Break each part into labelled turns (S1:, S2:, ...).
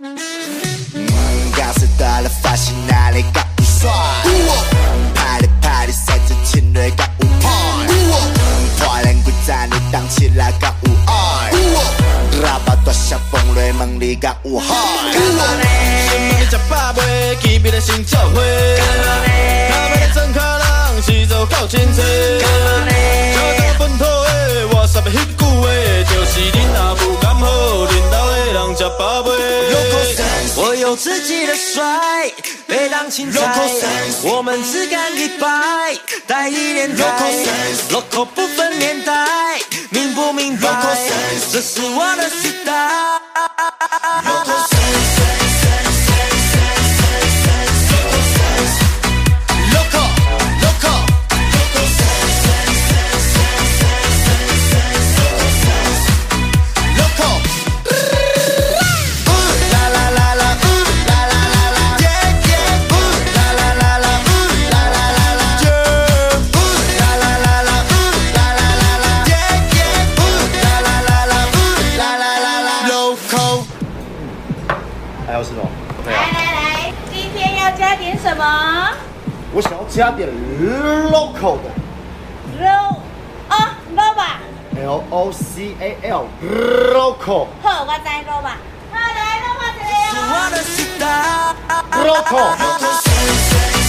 S1: 가슴 떨려 파신 나래가 웃어 파릇파릇 새진 친뇌가 우펄 벌엔 굿잔이 땅 칠라가 우얼 라바도 샤뽕뢰 망리가 우헐
S2: 신문이 자빠보에 기비는 신청회 가만히 선가랑 시조가 진세 저당 분토에 워썹에 힙구에 저시린 나부감 허린 나회랑 자빠보에
S3: 我有自己的帅，被当青菜
S2: Local sense，
S3: 我们只干一百，带一点台
S2: Local sense
S3: ，local 不分年代，明不明白
S2: Local sense
S3: 这是我的时代。
S2: Loco Loco
S4: 还有什么？没有
S5: 来，来来，今天要加点什么
S4: 我想要加点 local 的
S5: 肉？哦，肉吧，
S4: ，L O C A L local
S5: 好，我知肉吧。好，来，肉吧，这里哦。
S3: 我的时代，
S4: local。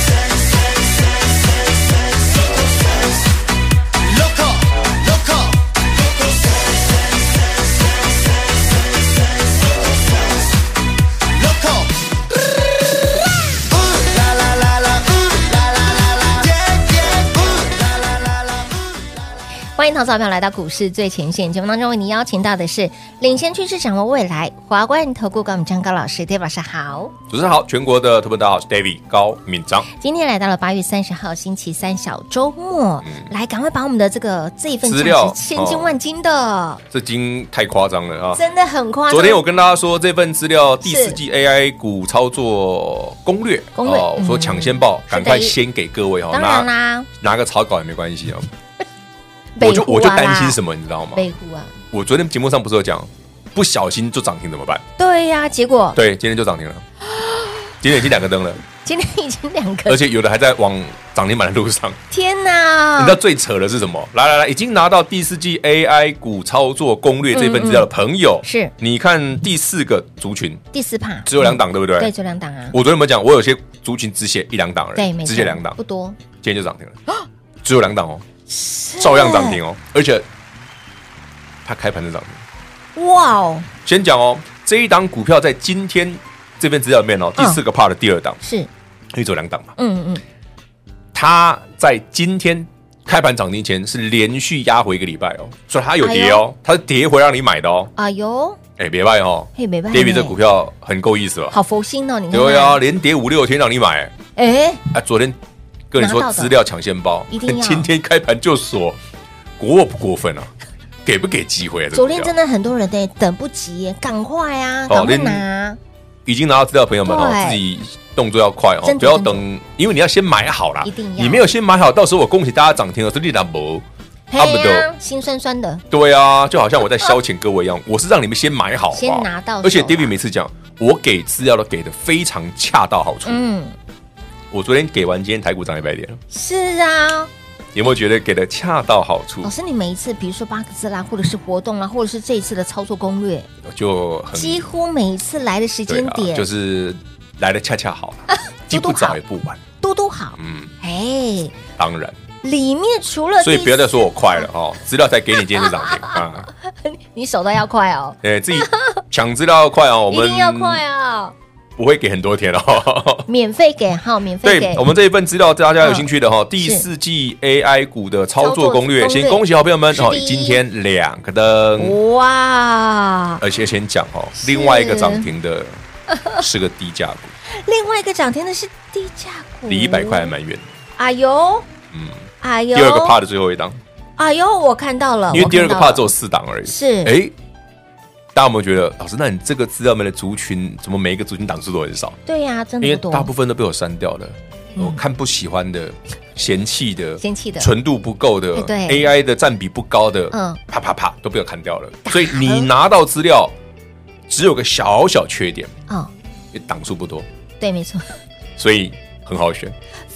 S6: 欢迎投资者朋友来到股市最前线节目当中，为您邀请到的是领先趋势、掌握未来华冠投顾高敏章高老师，David 老师好。
S7: 主持人好，全国的投朋友大家好，我是 David 高敏章。
S6: 今天来到了八月三十号星期三小周末，来赶快把我们的这个这一份
S7: 嗯资
S6: 价值
S7: 料哦
S6: 千金万金的，
S7: 这金太夸张了啊！
S6: 真的很夸张。
S7: 昨天我跟大家说，这份资料第四季 AI 股操作攻略，哦
S6: 攻略
S7: 我说
S6: 嗯
S7: 抢先报，赶
S6: 是
S7: 快
S6: 的
S7: 先给各位哦，
S6: 当然
S7: 拿
S6: 啦，
S7: 拿个草稿也没关系哦。
S6: 北
S7: 我就我就
S6: 湖啊啦
S7: 担心什么，你知道吗？
S6: 北湖啊，
S7: 我昨天节目上不是有讲，不小心就涨停怎么办？
S6: 对呀、结果
S7: 对，今天就涨 停了，今天已经两个灯了，
S6: 今天已经两
S7: 而
S6: 个，
S7: 且有的还在往涨停板的路上。
S6: 天哪！
S7: 你知道最扯的是什么？来来来，已经拿到第四季 AI 股操作攻略这份资料的朋友，
S6: 是
S7: 你看第四个族群
S6: 第四趴
S7: 只有两档，对不对？
S6: 对，只有两档啊，
S7: 我昨天有没有讲？我有些族群只写一两档而已，
S6: 对，没错啊
S7: 只写两档
S6: 不，多，
S7: 今天就涨停了，只有两档哦，照样涨停哦，而且它开盘就涨停。
S6: 哇哦，
S7: 先讲哦，这一档股票在今天这份资料里面哦，第四个 part 的第二档，
S6: 是，
S7: 因为只有两档嘛，
S6: 嗯嗯，
S7: 它在今天开盘涨停前是连续压回一个礼拜哦，所以它有跌
S6: 哎
S7: 哦，它是跌回让你买的哦。
S6: 哎呦，
S7: 哎，别卖哦
S6: 嘿别卖
S7: ，David
S6: 呢
S7: 这股票很够意思吧？
S6: 好佛心哦，你看看，
S7: 对啊，连跌五六天让你买。
S6: 哎，
S7: 啊，昨天跟你
S6: 拿到
S7: 说
S6: 的
S7: 资料抢先包
S6: 一定，要
S7: 今天开盘就锁，过不过分啊？给不给机会啊？这
S6: 昨
S7: 个股票
S6: 天真的很多人呢，等不及耶，赶快啊，
S7: 哦
S6: 赶快
S7: 连
S6: 拿，
S7: 已经拿到资料的朋友们哦，
S6: 对
S7: 自己动作要快哦
S6: 真，的
S7: 不要等，因为你要先买好啦。
S6: 一定要
S7: 你没有先买好，到时候我恭喜大家涨停了，这力达博差
S6: 嘿
S7: 不
S6: 呀
S7: 多。
S6: 心酸酸的，
S7: 对啊，就好像我在消遣各位一样，我是让你们先买好，好不好
S6: 先拿到手啊
S7: 而且 David 每次讲，我给资料都给的非常恰到好处。
S6: 嗯，
S7: 我昨天给完，今天台股涨一百点了，
S6: 是
S7: 嗯
S6: 啊，
S7: 有没有觉得给的恰到好处
S6: 老？师，你每一次，比如说八个字啦，或者是活动啊啦，或者是这一次的操作攻略，
S7: 就很
S6: 几乎每一次来的时
S7: 对
S6: 间
S7: 啊，
S6: 点，
S7: 就是来的恰恰好 啦，既不早也不晚。
S6: 嘟嘟好，
S7: 嗯，
S6: 哎，
S7: 当然，
S6: 里面除了，
S7: 所以不要再说我快了，哦，资料才给你，今天就涨 停啊！
S6: 你手都要快哦，
S7: 哎，自己抢资料要快哦，我
S6: 一
S7: 们
S6: 定要快哦。
S7: 不会给很多天 哦。
S6: 免费给哈，免费
S7: 对
S6: 给，嗯
S7: 我们这一份资料，大家有兴趣的哈，第四季 AI 股的操作攻略，
S6: 操作攻略
S7: 先恭喜好朋友们
S6: 是
S7: 哦
S6: 第一！
S7: 今天两个灯，
S6: 哇，
S7: 哦而且先讲哦，另外一个涨停的是个低价 股，
S6: 另外一个涨停的是低价股，
S7: 离一百块还。蛮远。
S6: 哎呦，
S7: 嗯，
S6: 哎呦，
S7: 第二个 part 的最后一档，
S6: 哎呦，我看到了，
S7: 因为第二个
S6: 我看到
S7: part 只
S6: 了
S7: 有四档而已。
S6: 是
S7: 哎，大家有没有觉得，老师，那你这个资料面的族群，怎么每一个族群档数都很少？
S6: 对呀、真
S7: 因
S6: 的
S7: 为
S6: 不多，嗯
S7: 大部分都被我删掉了。我看不喜欢的、嫌弃的、
S6: 嫌弃的
S7: 纯度不够的
S6: 哎、对
S7: AI 的占比不高的，
S6: 嗯
S7: 嗯，啪啪啪都被我砍掉 了。所以你拿到资料，只有个小小缺点，
S6: 哦，
S7: 因为档数不多，
S6: 对，没错，
S7: 所以很好选。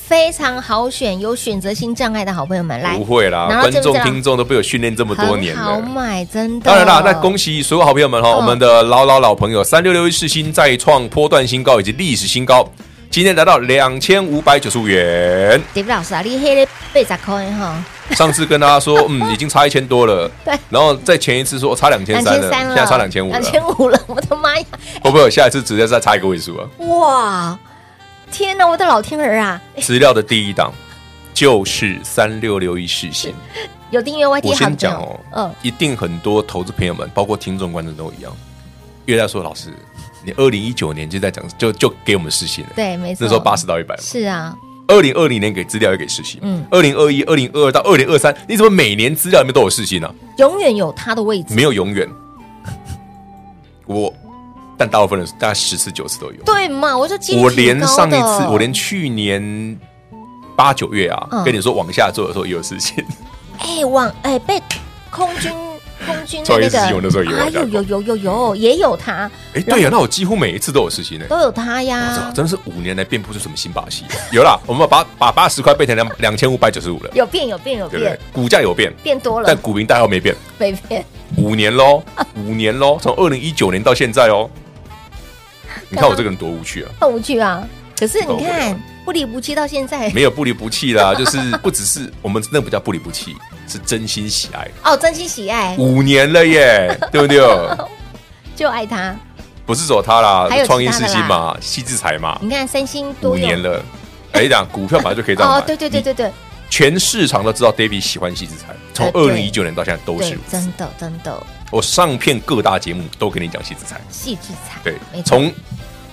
S6: 非常好选，有选择性障碍的好朋友们来
S7: 不，会啦，
S6: 拿到
S7: 观
S6: 这个
S7: 众
S6: 资料
S7: 听众都被我训练这么多年
S6: 很好
S7: 了。
S6: 买，真的。
S7: 当然啦，那恭喜所有好朋友们哈、
S6: 嗯
S7: 我们的老老老朋友三六六一世新再创波段新高以及历史新高，今天来到两千五百九十五元。
S6: d a v 老师啊，你黑的被砸扣哈，
S7: 上次跟大家 说，嗯，已经差一千多了，
S6: 对
S7: 然后再前一次说哦差两千三
S6: 2300
S7: 了，现在差两千五了
S6: 两，千五了，我的妈呀！
S7: 会不会有下一次直接再差一个位 数啊？
S6: 哇，天哪，我的老天儿啊！
S7: 资料的第一档就是三六六一世 新，
S6: 有订阅 YT
S7: 我
S6: 好朋
S7: 先
S6: 友
S7: 讲哦，
S6: 嗯，
S7: 一定很多投资朋友们，包括听众观众都一样，因为他说老师，你二零一九年就在讲，就就给我们世新了，
S6: 对，没错，
S7: 那时候八十到一百嘛，
S6: 是啊，
S7: 二零二零年给资料也给世新，
S6: 嗯
S7: 嗯，二零二一、二零二二到二零二三，你怎么每年资料里面都有世啊新呢？
S6: 永远有他的位置，
S7: 没有永远。我，但大部分人大概十次九次都有。
S6: 对嘛？我说几率
S7: 我
S6: 挺
S7: 连
S6: 高
S7: 上一
S6: 的
S7: 次，我连去年八九月啊，
S6: 嗯
S7: 跟你说往下做的时候也有事 情，
S6: 哎往哎被空军空军的
S7: 不好
S6: 那
S7: 意思
S6: 个
S7: 有的时候也有
S6: 啊有有有有有也有他
S7: 哎，对呀，那我几乎每一次都有事情呢。
S6: 都有他
S7: 这
S6: 呀，
S7: 真的是五年来变不出什么新把戏。有啦，我们把把八十块变成两两千五百九十五了，
S6: 有变有变有
S7: 对不对
S6: 变？
S7: 股价有变，
S6: 变多了
S7: 但，股民代号没变，
S6: 没变
S7: 五年喽，五年喽，从二零一九年到现在 哦。你看我这个人多无趣啊！
S6: 很无趣啊。可是你
S7: 受不
S6: 看
S7: 了
S6: 不离不弃到现在
S7: 没有不离不弃啦， 就是不只是我们那不叫不离不弃，是真心喜爱。
S6: 哦，真心喜爱
S7: 五年 了耶，对不对？
S6: 就爱他。
S7: 不是走他啦
S6: 还有，其他的啦
S7: 创意世新嘛，西制裁嘛，
S6: 你看三星
S7: 五
S6: 多有
S7: 年了。哎，讲股票本来就可以这样买。
S6: 哦，对对对对对
S7: 全市场都知道 David 喜欢西制裁，从
S6: 哎
S7: 二
S6: 对
S7: 零一九年到现在都是
S6: 对
S7: 如，此。
S6: 真的真的
S7: 我上片各大节目都跟你讲西制裁，
S6: 细致彩，
S7: 对
S6: 没，错
S7: 从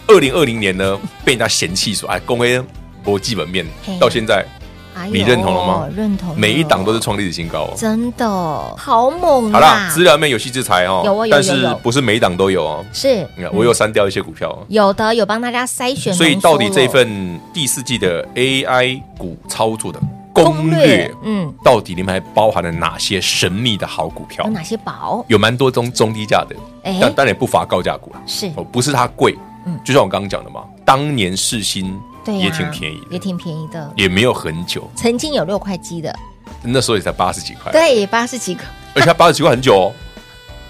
S7: 二零二零年呢被人家嫌弃说哎，公 A 博基本面
S6: 嘿，哦
S7: 到现在
S6: 哎呦
S7: 你认同了吗
S6: 认同了，
S7: 每一档都是创历史新高哦。
S6: 真的好猛啊
S7: 嗯好啦，
S6: 啦！
S7: 资料里面有细制裁哦，
S6: 嗯有哦有嗯
S7: 但
S6: 有
S7: 是
S6: 有
S7: 不是每一档都有哦？
S6: 是
S7: 你看，我有删掉一些股票哦。
S6: 有的有帮大家筛选浓缩了，
S7: 所以到底这份第四季的 AI 股操作的攻略，
S6: 嗯，
S7: 到底里面还包含了哪些神秘的好股票
S6: 有？哪些宝？
S7: 有蛮多中中低价的
S6: 哎，
S7: 但当然也不乏高价股啦。
S6: 是嗯
S7: 哦，不是它贵，就像我刚刚讲的嘛，当年世新
S6: 对呀，啊
S7: 也挺便宜
S6: 也
S7: 的，
S6: 挺便宜的。
S7: 也没有很久，
S6: 曾经有六块鸡的，
S7: 那时候也才八十几块，
S6: 对，八十几个，
S7: 而且它八十几块很久哦，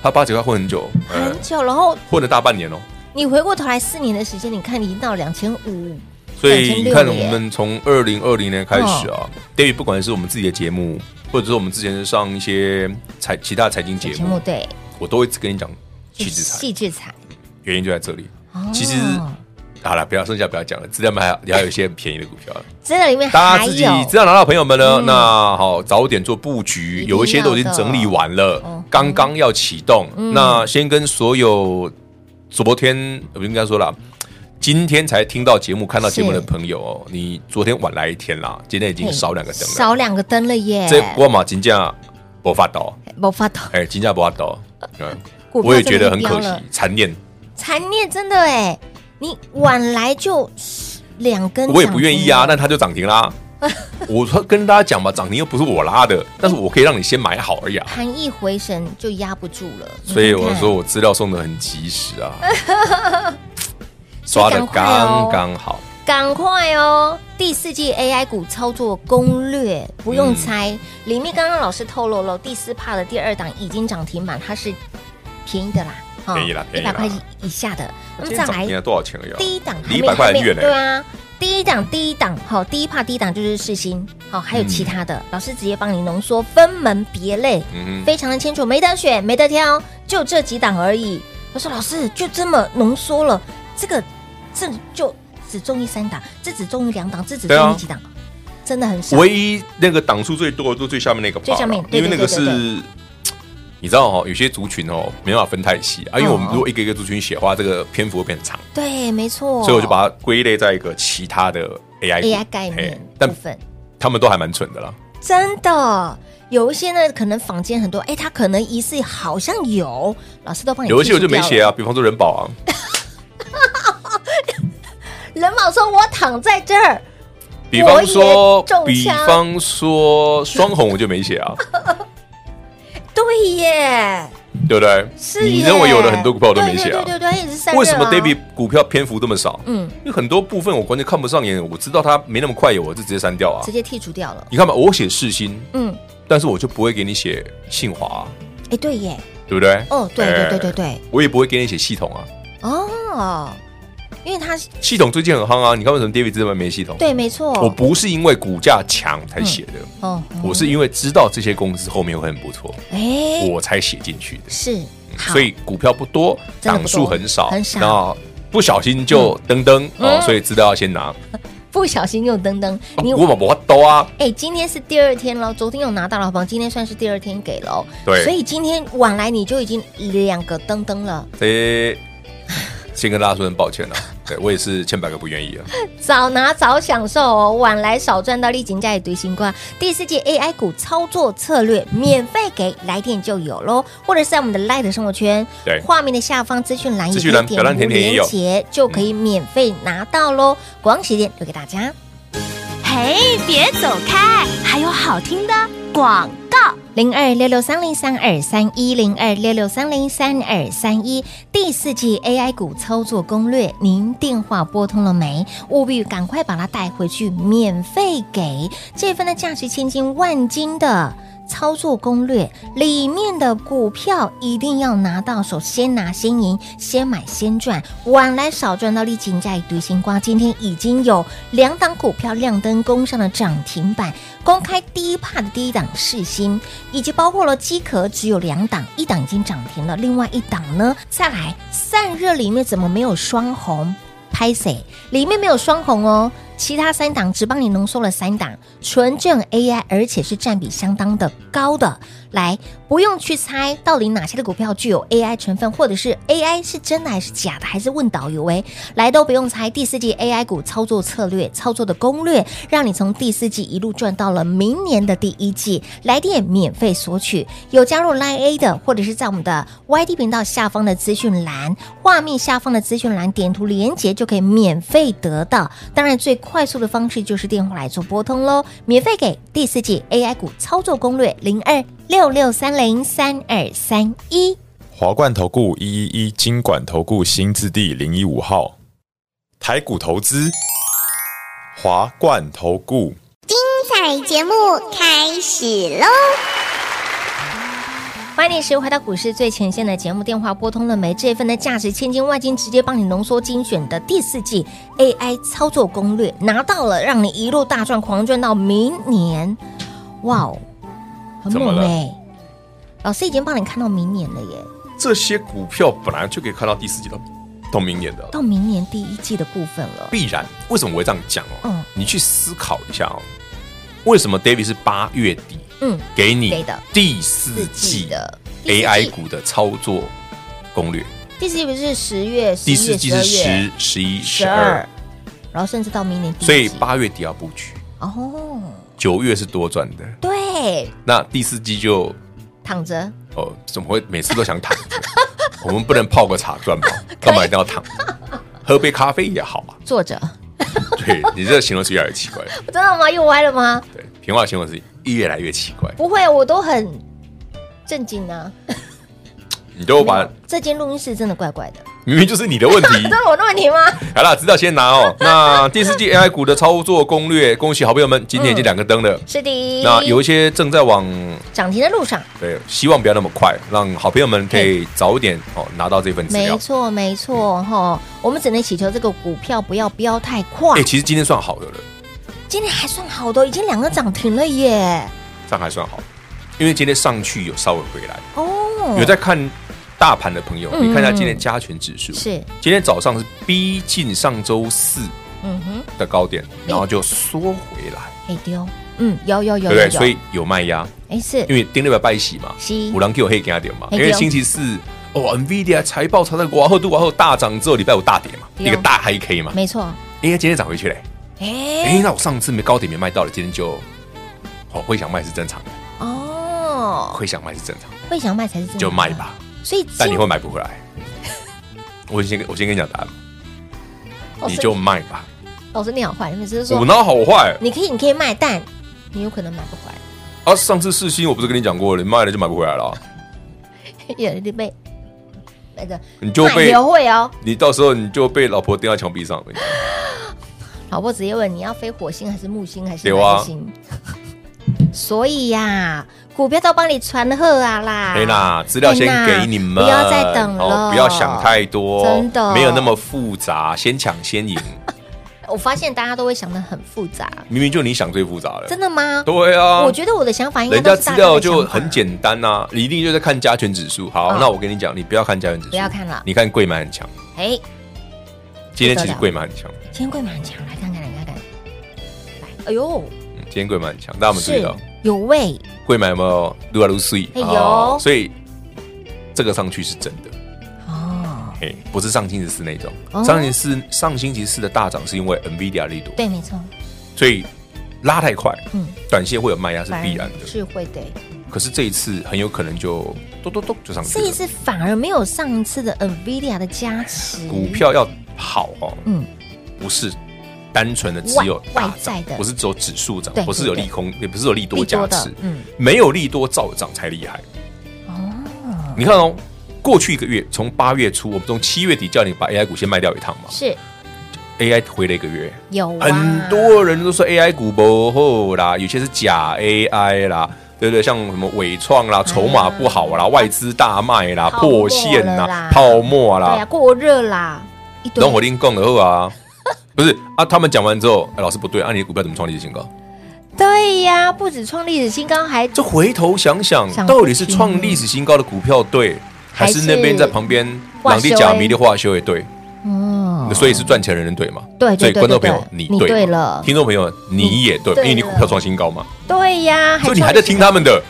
S7: 它八十几块混很久哦，呃
S6: 很久。然后
S7: 混了大半年哦。
S6: 你回过头来四年的时间，你看你已经到两千哦五，
S7: 所以你看，
S6: 2600
S7: 我们从二零二零年开始啊、d a v i d 不管是我们自己的节目，或者是我们之前上一些财其他财经节
S6: 节目
S7: 目，
S6: 对，
S7: 我都会跟你讲气质财，
S6: 细致彩，
S7: 原因就在这里。
S6: 哦
S7: 其实好了，不要剩下不要讲了，资料里面还还有一些便宜的股票啊了。
S6: 真的里面
S7: 大
S6: 还有嗯
S7: 家自己资料拿到的朋友们呢，那好早点做布局，
S6: 一定要的
S7: 有一些都已经整理完
S6: 哦
S7: 了，刚刚要启动。
S6: 嗯
S7: 那先跟所有昨天我应该说了。今天才听到节目、看到节目的朋友哦，你昨天晚来一天啦，今天已经少两个灯了。
S6: 少两个灯了耶，
S7: 这我嘛金价不发到，
S6: 没法到
S7: 哎，金价不发到，嗯，
S6: 呃股票
S7: 我也觉得很
S6: 真的
S7: 可惜
S6: 飙了，
S7: 残念。
S6: 残念，真的哎，你晚来就两根，
S7: 我也不愿意啊，，但它就涨停 啦。我说跟大家讲吧，涨停又不是我拉的，但是我可以让你先买好而已啊。
S6: 盘一回神就压不住了。
S7: 所
S6: 你
S7: 以
S6: 看
S7: 啊我
S6: 看
S7: 说我资料送的很及时啊，刷的
S6: 所以赶快哦
S7: 刚刚好。
S6: 赶快哦！第四季 AI 股操作攻略不用
S7: 嗯
S6: 猜，里面刚刚老师透露了第四帕的第二档已经涨停板，它是便宜的啦，哈
S7: 便宜啦
S6: 一
S7: 便宜
S6: 百
S7: 啦哦
S6: 块以下的。那
S7: 今
S6: 么再
S7: 天涨停啊
S6: 来
S7: 了多少钱了呀？
S6: 第一档，
S7: 啊离一百块很远
S6: 对
S7: 呢。
S6: 啊，第一档第一档好，第一帕第一档就是世新，好，还有其他的，老师直接帮你浓缩分门别类，
S7: 嗯哼，
S6: 非常的清楚，没得选，没得挑，就这几档而已。我说老师就这么浓缩了，这个这就只中于三档，这只中于两档，这只
S7: 对啊
S6: 中于几档，真的很少。
S7: 唯一那个档数最多的就是最下面那个 part 啊，
S6: 最下面对
S7: 因为那个
S6: 对对对
S7: 是。你知道哦，有些族群哦没办法分太细啊，因为我们
S6: 嗯
S7: 如果一个一个族群写的话，这个篇幅会变长，
S6: 对，没错。
S7: 所以我就把它归类在一个其他的 AI 股
S6: AI 概
S7: 嘿
S6: 念部
S7: 但
S6: 分，
S7: 他们都还蛮蠢的啦。
S6: 真的有一些呢，可能坊间很多，哎，他可能疑似好像有，老师都帮你
S7: 有一些我就没
S6: 剔除
S7: 写
S6: 掉
S7: 啊，
S6: 了。
S7: 比方说 人保啊，
S6: 人保说我躺在这儿，
S7: 比方说
S6: 我也中枪，
S7: 比方说双红我就没写啊，
S6: 对耶，
S7: 对不对？
S6: 是
S7: 你
S6: 耶
S7: 认为有的很多股票我都没写啊
S6: 对，对对对对，一直散热啊
S7: 为什么 David 股票篇幅这么少？
S6: 嗯
S7: 因为很多部分我完全看不上眼，我知道它没那么快有，我就直接删掉啊
S6: 直。接剔除掉了？
S7: 你看嘛，我写世新，
S6: 嗯，
S7: 但是我就不会给你写信华啊、
S6: 哎，对耶，
S7: 对不对？
S6: 哦，对对对对
S7: 哎，
S6: 对，
S7: 我也不会给你写系统啊，
S6: 哦，因为他是
S7: 系统最近很夯啊，你看为什么 David 这么没系统？
S6: 对，没错，
S7: 我不是因为股价强才写的，
S6: 哦，
S7: 我是因为知道这些公司后面会很不错，
S6: 哎，
S7: 我才写进去的。
S6: 是，好
S7: 所以股票不多，
S6: 真的不多
S7: 档数很少，
S6: 很少嗯
S7: 那不小心就噔噔哦，所以资料要先拿。哦
S6: 不小心又登登，你
S7: 我嘛不多啊，
S6: 哎，今天是第二天喽，昨天有拿到了，好不好？今天算是第二天给喽。
S7: 对
S6: 所以今天晚来你就已经两个登登了，
S7: 这先跟大家说声抱歉了，啊 对我也是千百个不愿意啊。
S6: 早拿早享受哦，晚来少赚到，立井家也堆新瓜。第四季 AI 股操作策略免费给来电就有喽，或者是在我们的 Light 生活圈，
S7: 对
S6: 画面的下方资讯栏也
S7: 资
S6: 可
S7: 讯
S6: 以
S7: 栏
S6: 点
S7: 表单
S6: 图
S7: 填填也有
S6: 连接，就可以免费拿到喽。国光时间留给大家。
S8: 嘿，别走开，还有好听的广告。
S6: 零二六六三零三二三一零二六六三零三二三一第四季 AI 股操作攻略，您电话拨通了没？务必赶快把它带回去，免费给这份的价值千金万金的。操作攻略里面的股票一定要拿到手，先拿先赢，先买先赚，晚来少赚到利金价一堆新瓜。今天已经有两档股票亮灯攻上了涨停板，公开第一帕的第一档世新，以及包括了机壳只有两档，一档已经涨停了，另外一档呢，再来散热里面怎么没有双红？拍谁？里面没有双红哦，其他三档只帮你浓缩了三档纯正 AI，而且是占比相当的高的。来，不用去猜到底哪些的股票具有 AI 成分，或者是 AI 是真的还是假的，还是问导游哎，来都不用猜。第四季 AI 股操作策略、操作的攻略，让你从第四季一路赚到了明年的第一季。来电免费索取，有加入 Line A 的，或者是在我们的 YT 频道下方的资讯栏、画面下方的资讯栏点图连接，就可以免费得到。当然，最快速的方式就是电话来做拨通喽，免费给第四季 AI 股操作攻略零二六六三零三二三一。
S9: 华冠投顾一一一金管投顾新字第零一五号，台股投资，华冠投顾。
S6: 欢迎你，时回到股市最前线的节目，电话拨通了没？这份的价值千金万金，直接帮你浓缩精选的第四季 AI 操作攻略拿到了，让你一路大赚，狂赚到明年！哇哦，很
S7: 怎么
S6: 猛
S7: 了
S6: 哎、老师已经帮你看到明年了耶，
S7: 这些股票本来就可以看到第四季到到明年的，啊
S6: 到明年第一季的部分了。
S7: 必然。为什么我会这样讲哦？
S6: 嗯
S7: 你去思考一下哦，为什么 David 是八月底
S6: 嗯，
S7: 给你
S6: 给的
S7: 第四季
S6: 的第四季
S7: AI 股的操作攻略？
S6: 第四季不是十月、
S7: 第四季是
S6: 十月
S7: 十、十一、
S6: 十
S7: 十
S6: 二
S7: 二，，
S6: 然后甚至到明年第一季。
S7: 所以八月底要布局，
S6: 哦，
S7: 九月是多赚的。
S6: 对，
S7: 那第四季就
S6: 躺着
S7: 哦，怎么会每次都想躺 着？我们不能泡个茶赚吗？干嘛一定要躺？喝杯咖啡也好啊。
S6: 坐着，
S7: 对你这个形容词越来越奇怪了，
S6: 真的吗？又歪了吗？
S7: 对，平话形容词越来越奇怪，
S6: 不会，我都很震惊啊！
S7: 你都把
S6: 这间录音室真的怪怪的，
S7: 明明就是你的问题
S6: 这。是我的问题吗？
S7: 好了，资料先拿哦。那第四季 AI 股的操作攻略，恭喜好朋友们，今天已经两个灯了。
S6: 是的，
S7: 那有一些正在往
S6: 涨停的路上，
S7: 对，希望不要那么快，让好朋友们可以早一点哦拿到这份资
S6: 没
S7: 料。
S6: 错没错哈，我们只能祈求这个股票不要飙太快
S7: 哎，。其实今天算好的了，
S6: 今天还算好的，已经两个涨停了耶！
S7: 这样还算好，因为今天上去有稍微回来。
S6: 哦
S7: 有，在看大盘的朋友，
S6: 嗯
S7: 你看一下今天加权指数，
S6: 是
S7: 今天早上是逼近上周四
S6: 嗯哼，
S7: 的高点，然后就缩回来，
S6: 哎丢，嗯，有有有
S7: 对不
S6: 有有，
S7: 对？所以有卖压，
S6: 哎是，
S7: 因为丁六百拜喜嘛
S6: 是，
S7: 五郎 Q 黑给他点嘛，
S6: 嘿
S7: 因
S6: 对
S7: 为星期四哦，NVIDIA 财报查到往后度往后大涨之后，礼拜五大跌嘛，
S6: 对啊
S7: 一个大黑 K 嘛，
S6: 没错，
S7: 应该今天涨回去嘞。哎
S6: 哎，
S7: 那我上次没高点没卖到了，今天就哦会想卖是正常的，
S6: 哦，
S7: 会想卖是正常的，
S6: 会想卖才是真的
S7: 就卖，吧。
S6: 所以今
S7: 但你会买不 回来。我先跟我先跟你讲答案，
S6: 老师
S7: 你就卖吧。
S6: 老师你好哦坏，你们只是说
S7: 我哪好坏
S6: 你可以你可以卖，但你有可能买不回来，
S7: 啊？上次四星我不是跟你讲过了，你卖了就买不回来了，
S6: 有人就被那个
S7: 你就
S6: 卖
S7: 被
S6: 流会哦，
S7: 你到时候你就被老婆钉在墙壁上了。
S6: 老婆直接问你要飞火星还是木星还是
S7: 对
S6: 哪
S7: 啊
S6: 个星？所以呀、股票都帮你传贺啊啦！
S7: 黑娜，哎资料先
S6: 嘿啦
S7: 给你们，
S6: 不要再等了，
S7: 哦不要想太多，
S6: 真的
S7: 没有那么复杂，先抢先 赢。
S6: 我发现大家都会想的很复杂，
S7: 明明就你想最复杂了，
S6: 真的吗？
S7: 对啊，
S6: 我觉得我的想法应该
S7: 人
S6: 都
S7: 家
S6: 是
S7: 资
S6: 大
S7: 料
S6: 的想
S7: 就
S6: 法
S7: 很简单呐、你一定就在看加权指数。好，
S6: 嗯
S7: 那我跟你讲，你不要看加权指数，
S6: 不要看了
S7: 你看贵买很强，
S6: 哎，
S7: 今天
S6: 不
S7: 其
S6: 得
S7: 实
S6: 了
S7: 贵买很强，
S6: 今天贵蛮强，来看看，来看看，来，哎呦，
S7: 嗯今天贵买很强，大家有没有注意
S6: 是
S7: 到
S6: 有味，
S7: 贵买有没有撸啊撸碎？
S6: 哎呦
S7: 哦所以这个上去是真的，
S6: 哦，
S7: 哎，不是上星期四那种，
S6: 哦
S7: 上星期四上星期四的大涨是因为 NVIDIA 力度，
S6: 对，没错，
S7: 所以拉太快，
S6: 嗯
S7: 短线会有卖压是
S6: 反
S7: 必然
S6: 而
S7: 的。
S6: 嗯是会的。
S7: 可是这一次很有可能就咚咚咚就上去
S6: 这一
S7: 了，
S6: 次反而没有上一次的 Nvidia 的加持，
S7: 股票要好哦，
S6: 嗯，
S7: 不是单纯的只有
S6: 外
S7: 大
S6: 外在
S7: 涨
S6: 的，
S7: 不是只有指数涨
S6: 对，
S7: 不是有利空，也不是有利多
S6: 利多
S7: 加
S6: 的
S7: 持，
S6: 嗯
S7: 没有利多照涨才厉害。
S6: 哦，
S7: 你看哦，过去一个月，从八月初，我们从七月底叫你把 AI 股先卖掉一趟嘛
S6: 是
S7: ，AI 回了一个月，
S6: 有啊
S7: 很多人都说 AI 股不后啦，有些是假 AI 啦。对不对？像什么伟创啦、筹码不好啦、外资大卖啦、
S6: 嗯泡沫
S7: 破线
S6: 了
S7: 啦
S6: 啦、
S7: 泡沫
S6: 对呀，啊
S7: 啦，
S6: 过热啦，一堆
S7: 龙火令供的后啊， 不是啊？他们讲完之后，哎老师不对，啊，你的股票怎么创历史新高？
S6: 对呀，不止创历史新高，还
S7: 这回头想想
S6: 想，不
S7: 到底是创历史新高的股票对，还
S6: 还
S7: 是
S6: 是
S7: 那边在旁边
S6: 化
S7: 朗地
S6: 修
S7: 假
S6: 欸
S7: 迷的化修也对，
S6: 哦，
S7: 所以是赚钱的人对嘛？
S6: 对
S7: 所
S6: 对
S7: 以
S6: 对，
S7: 观众
S6: 对
S7: 朋友
S6: 对
S7: 你
S6: 你
S7: 对
S6: 对
S7: 嘛
S6: 了，
S7: 听众朋友你也对，
S6: 对了
S7: 因为你股票创新高嘛，
S6: 对呀，
S7: 所以你
S6: 创
S7: 还
S6: 历史
S7: 在听他们的，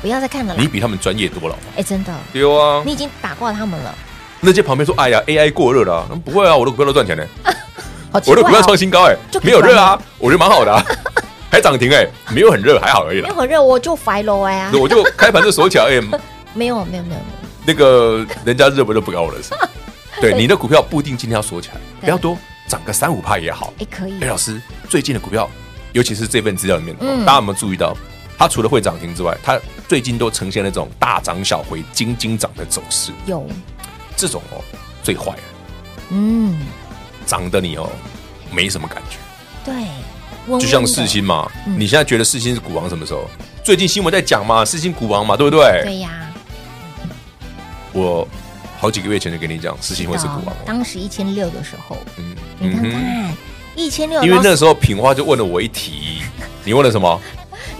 S6: 不要再看了啦
S7: 你，比他们专业多了。
S6: 哎，真的，
S7: 对啊
S6: 你，已经打挂他们了，
S7: 那些旁边说哎呀 AI 过热了啊，不会啊，我的股票都赚钱呢，
S6: 好奇
S7: 我的股
S6: 怪
S7: 票
S6: 哦
S7: 创，新高哎
S6: 就，可以
S7: 没有热啊，我觉得蛮好的 啊，还涨停哎，没有很热，还好而已啦
S6: 没有。很热，我就 f i l 哎呀
S7: 那，我就 开盘就锁起来，哎、
S6: 没有没有没有，没有
S7: 那个人家热不热不 高了是。对，你的股票不一定今天要锁起来，不要多，涨个三五趴也好。
S6: 哎可以
S7: 哎、，老师，最近的股票，尤其是这份资料里面，哦
S6: 嗯
S7: 大家有没有注意到？它除了会涨停之外，它最近都呈现那种大涨小回、金金涨的走势。
S6: 有，
S7: 这种哦，最坏了，
S6: 嗯，
S7: 涨的你哦，没什么感觉。
S6: 对，温温的
S7: 就像世，新嘛，
S6: 嗯
S7: 你现在觉得世新是股王什么时候？最近新闻在讲嘛，世新股王嘛，对不对？
S6: 对呀，
S7: 我好几个月前就跟你讲，世新会是股王哦。
S6: 当时一千六的时候，
S7: 嗯
S6: 你看
S7: 哼
S6: 看一千六，
S7: 因为那时候品花就问了我一题，你问了什么？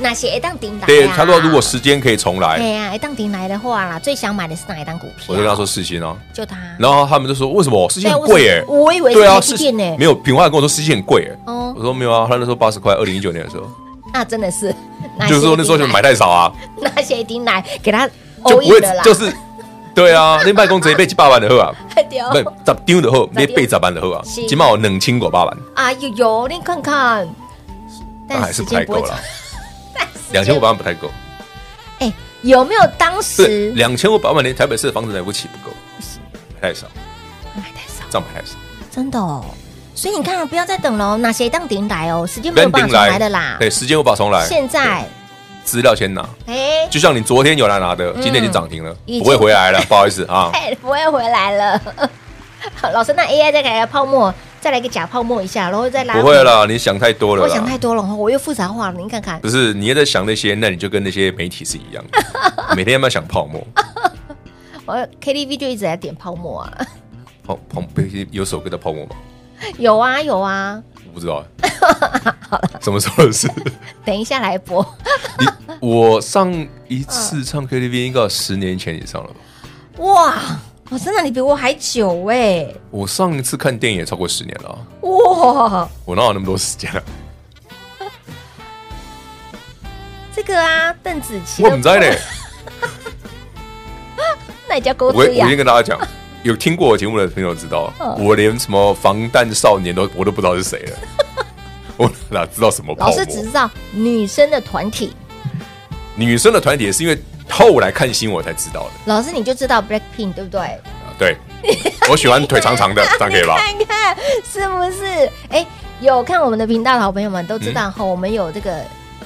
S6: 那些一当顶来
S7: 对，
S6: 呀
S7: 他说如果时间可以重
S6: 哎
S7: 来，
S6: 呀，一档顶来的话啦，最想买的是哪一档股票？
S7: 我就跟他说，世新啊，
S6: 就它。
S7: 然后他们就说为什么世
S6: 对
S7: 新
S6: 啊
S7: 很
S6: 我
S7: 贵
S6: 是
S7: 哎？
S6: 我以为
S7: 对
S6: 是
S7: 啊，
S6: 台积电呢。
S7: 没有品花还跟我说世新很贵哎，
S6: 哦
S7: 我，说没有啊，他那时候八十块，二零一九年的时候，
S6: 那真的是，
S7: 就是说那时候就买太少啊，
S6: 那些一定来给他
S7: 就
S6: all
S7: 不会
S6: in 的啦，
S7: 就是对啊，那卖公直接被七八万的后啊，
S6: 对哦
S7: 不十丢的后，被被砸班的后啊，
S6: 是
S7: 起码有冷清过八万，
S6: 啊，有有，你看看，
S7: 那还是
S6: 时
S7: 不
S6: 间
S7: 太
S6: 不会
S7: 够了，
S6: 长
S7: 两千五百万不太够，
S6: 哎，有没有当
S7: 对，
S6: 时
S7: 两千五百万连台北市的房子买不起，不够，买太少，
S6: 买太少，
S7: 这样买太少。
S6: 真的哦。所以你看，不要再等了哦，哪些一档顶来哦，时间没有办法重来的啦。
S7: 对，时间无法重来。
S6: 现在，
S7: 资料先拿，
S6: 哎，
S7: 就像你昨天有来拿的，今天已经涨停了
S6: 嗯已，经
S7: 不会回来了，不好意思啊。
S6: 哎，不会回来了。 好老师，那 AI 再来个泡沫，再来个假泡沫一下，然后 再来
S7: 不会啦，你想太多了
S6: 我想太
S7: 啦。
S6: 多了，我又复杂化了。您看看
S7: 不，是，你也在想那些，那你就跟那些媒体是一样 的，每天要不要想泡沫？
S6: 我 KTV 就一直在点泡沫啊，
S7: 泡泡不是有首歌叫泡沫吗？
S6: 有啊有啊，
S7: 我不知 道，什么时候的事？
S6: 等一下来播。
S7: 你
S6: 嗯
S7: 我上一次唱 KTV 应该有十年前以上了吧？
S6: 哇，哇，真的你比我还久哎！
S7: 我上一次看电影也超过十年了啊，
S6: 哇，
S7: 我哪有那么多时间啊？
S6: 这个啊，邓紫棋，
S7: 我不知道嘞，
S6: 那也叫
S7: 我
S6: 狗
S7: 我
S6: 腿呀
S7: 先？跟大家讲，有听过我节目的朋友知道，啊
S6: 嗯
S7: 我连什么防弹少年都我都不知道 是谁了，我哪知道什么泡
S6: 老师只
S7: 沫？
S6: 知道女生的团体，
S7: 女生的团体也是因为后来看新闻我才知道的。
S6: 老师你就知道 Blackpink 对不对？
S7: 啊对，我喜欢腿长长的，这样可以吧？
S6: 你看是不是？哎、有看我们的频道的好朋友们都知道哈、我们有这个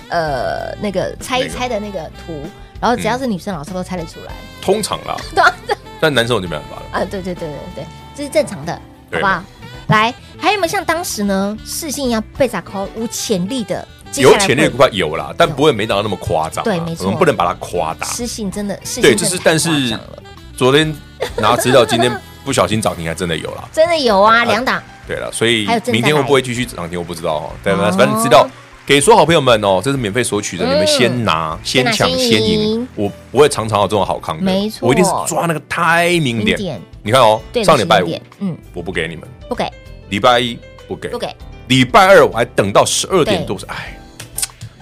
S6: 呃那个猜一猜的那个图，然后只要是女生，老师都猜得出来。
S7: 通常啦，
S6: 对啊
S7: 但男生我就没办法了。
S6: 啊，对对对对对，这是正常的，好
S7: 对
S6: 不好？来，还有没有像当时呢，世信一样被砸扣无潜力的？接下
S7: 有
S6: 来
S7: 潜力的
S6: 会
S7: 股票有啦，但不会没达到那么夸张啊。
S6: 对没错
S7: 我们不能把它夸大。
S6: 失信真的事情
S7: 对，就是但
S6: 真
S7: 是
S6: 的太夸张了
S7: 昨天拿资料，今天不小心涨停还真的有啦。
S6: 真的有啊，两档
S7: 对了，所以
S6: 还有正在
S7: 明天会不会继续涨停，我不知道哦。对，反
S6: 哦
S7: 正反正知道。给所有好朋友们哦，这是免费索取的，
S6: 嗯
S7: 你们先拿、先抢、
S6: 先拿
S7: 先
S6: 先赢
S7: 赢。我不会常常有这种好康的，
S6: 没错
S7: 我一定是抓那个 timing
S6: 零
S7: 点
S6: 点。
S7: 你看哦
S6: 对，的
S7: 上礼拜
S6: 时
S7: 五
S6: 间点嗯，
S7: 我不给你们，
S6: 不给
S7: 礼拜一不给，
S6: 不给，
S7: 礼拜二我还等到十二点
S6: 对
S7: 多，哎，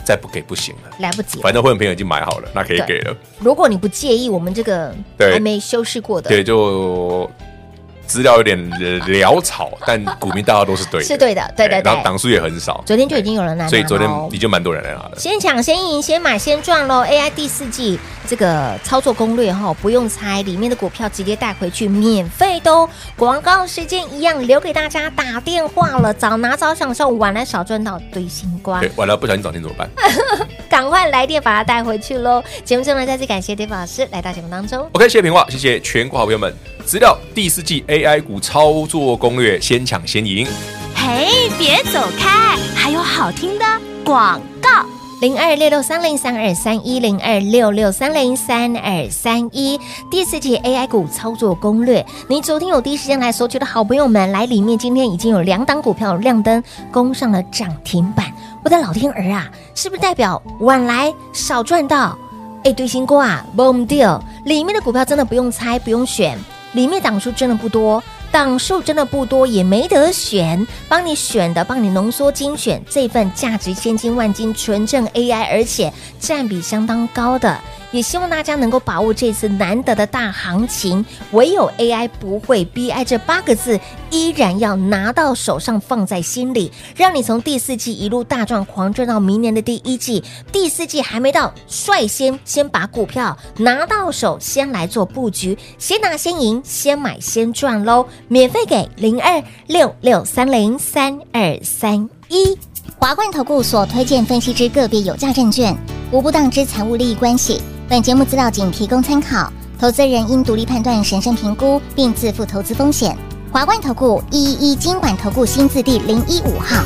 S7: 再不给不行了。
S6: 来不及了。
S7: 反正会员朋友已经买好了，那可以
S6: 对
S7: 给了。
S6: 如果你不介意我们这个
S7: 对
S6: 还没修饰过的，
S7: 对，就资料有点呃潦草，但股民大家都是对的，哎
S6: 是对的，对对
S7: 然后
S6: 对。
S7: 档数也很少，
S6: 昨天就已经有人来拿了哦
S7: 所以昨天已经蛮多人来拿了。
S6: 先抢先赢，先买先赚喽！AI 第四季这个操作攻略哈，不用猜，里面的股票直接带回去，免费的哦。广告时间一样留给大家打电话了，早拿早享受，晚来少赚到堆星光
S7: 对，，完了不小心涨停怎么办？
S6: 赶快来电把它带回去喽！节目最后呢，再次感谢 David 老师来到节目当中。
S7: OK，谢谢平话，谢谢全国好朋友们。资料第四季 AI 股操作攻略，先抢先赢。
S8: 嘿，别走开，还有好听的广告。
S6: 零二六六三零三二三一零二六六三零三二三一第四节 AI 股操作攻略，你昨天有第一时间来索取的好朋友们，来里面今天已经有两档股票亮灯攻上了涨停板，我的老天儿啊，是不是代表晚来少赚到？哎，对新锅啊，boom deal，里面的股票真的不用猜，不用选，里面档数真的不多，档数真的不多，也没得选，帮你选的，帮你浓缩精选这份价值千金万金纯正 AI，而且占比相当高的，也希望大家能够把握这次难得的大行情，唯有 AI 不会 BI 这八个字依然要拿到手上，放在心里，让你从第四季一路大赚狂赚到明年的第一季。第四季还没到，率先先把股票拿到手，先来做布局，先拿先赢，先买先赚喽！免费给零二六六三零三二三一。
S10: 华冠投顾所推荐分析之个别有价证券，无不当之财务利益关系。本节目资料仅提供参考，投资人应独立判断、审慎评估，并自负投资风险。华冠投顾一一一金管投顾新字第零一五号。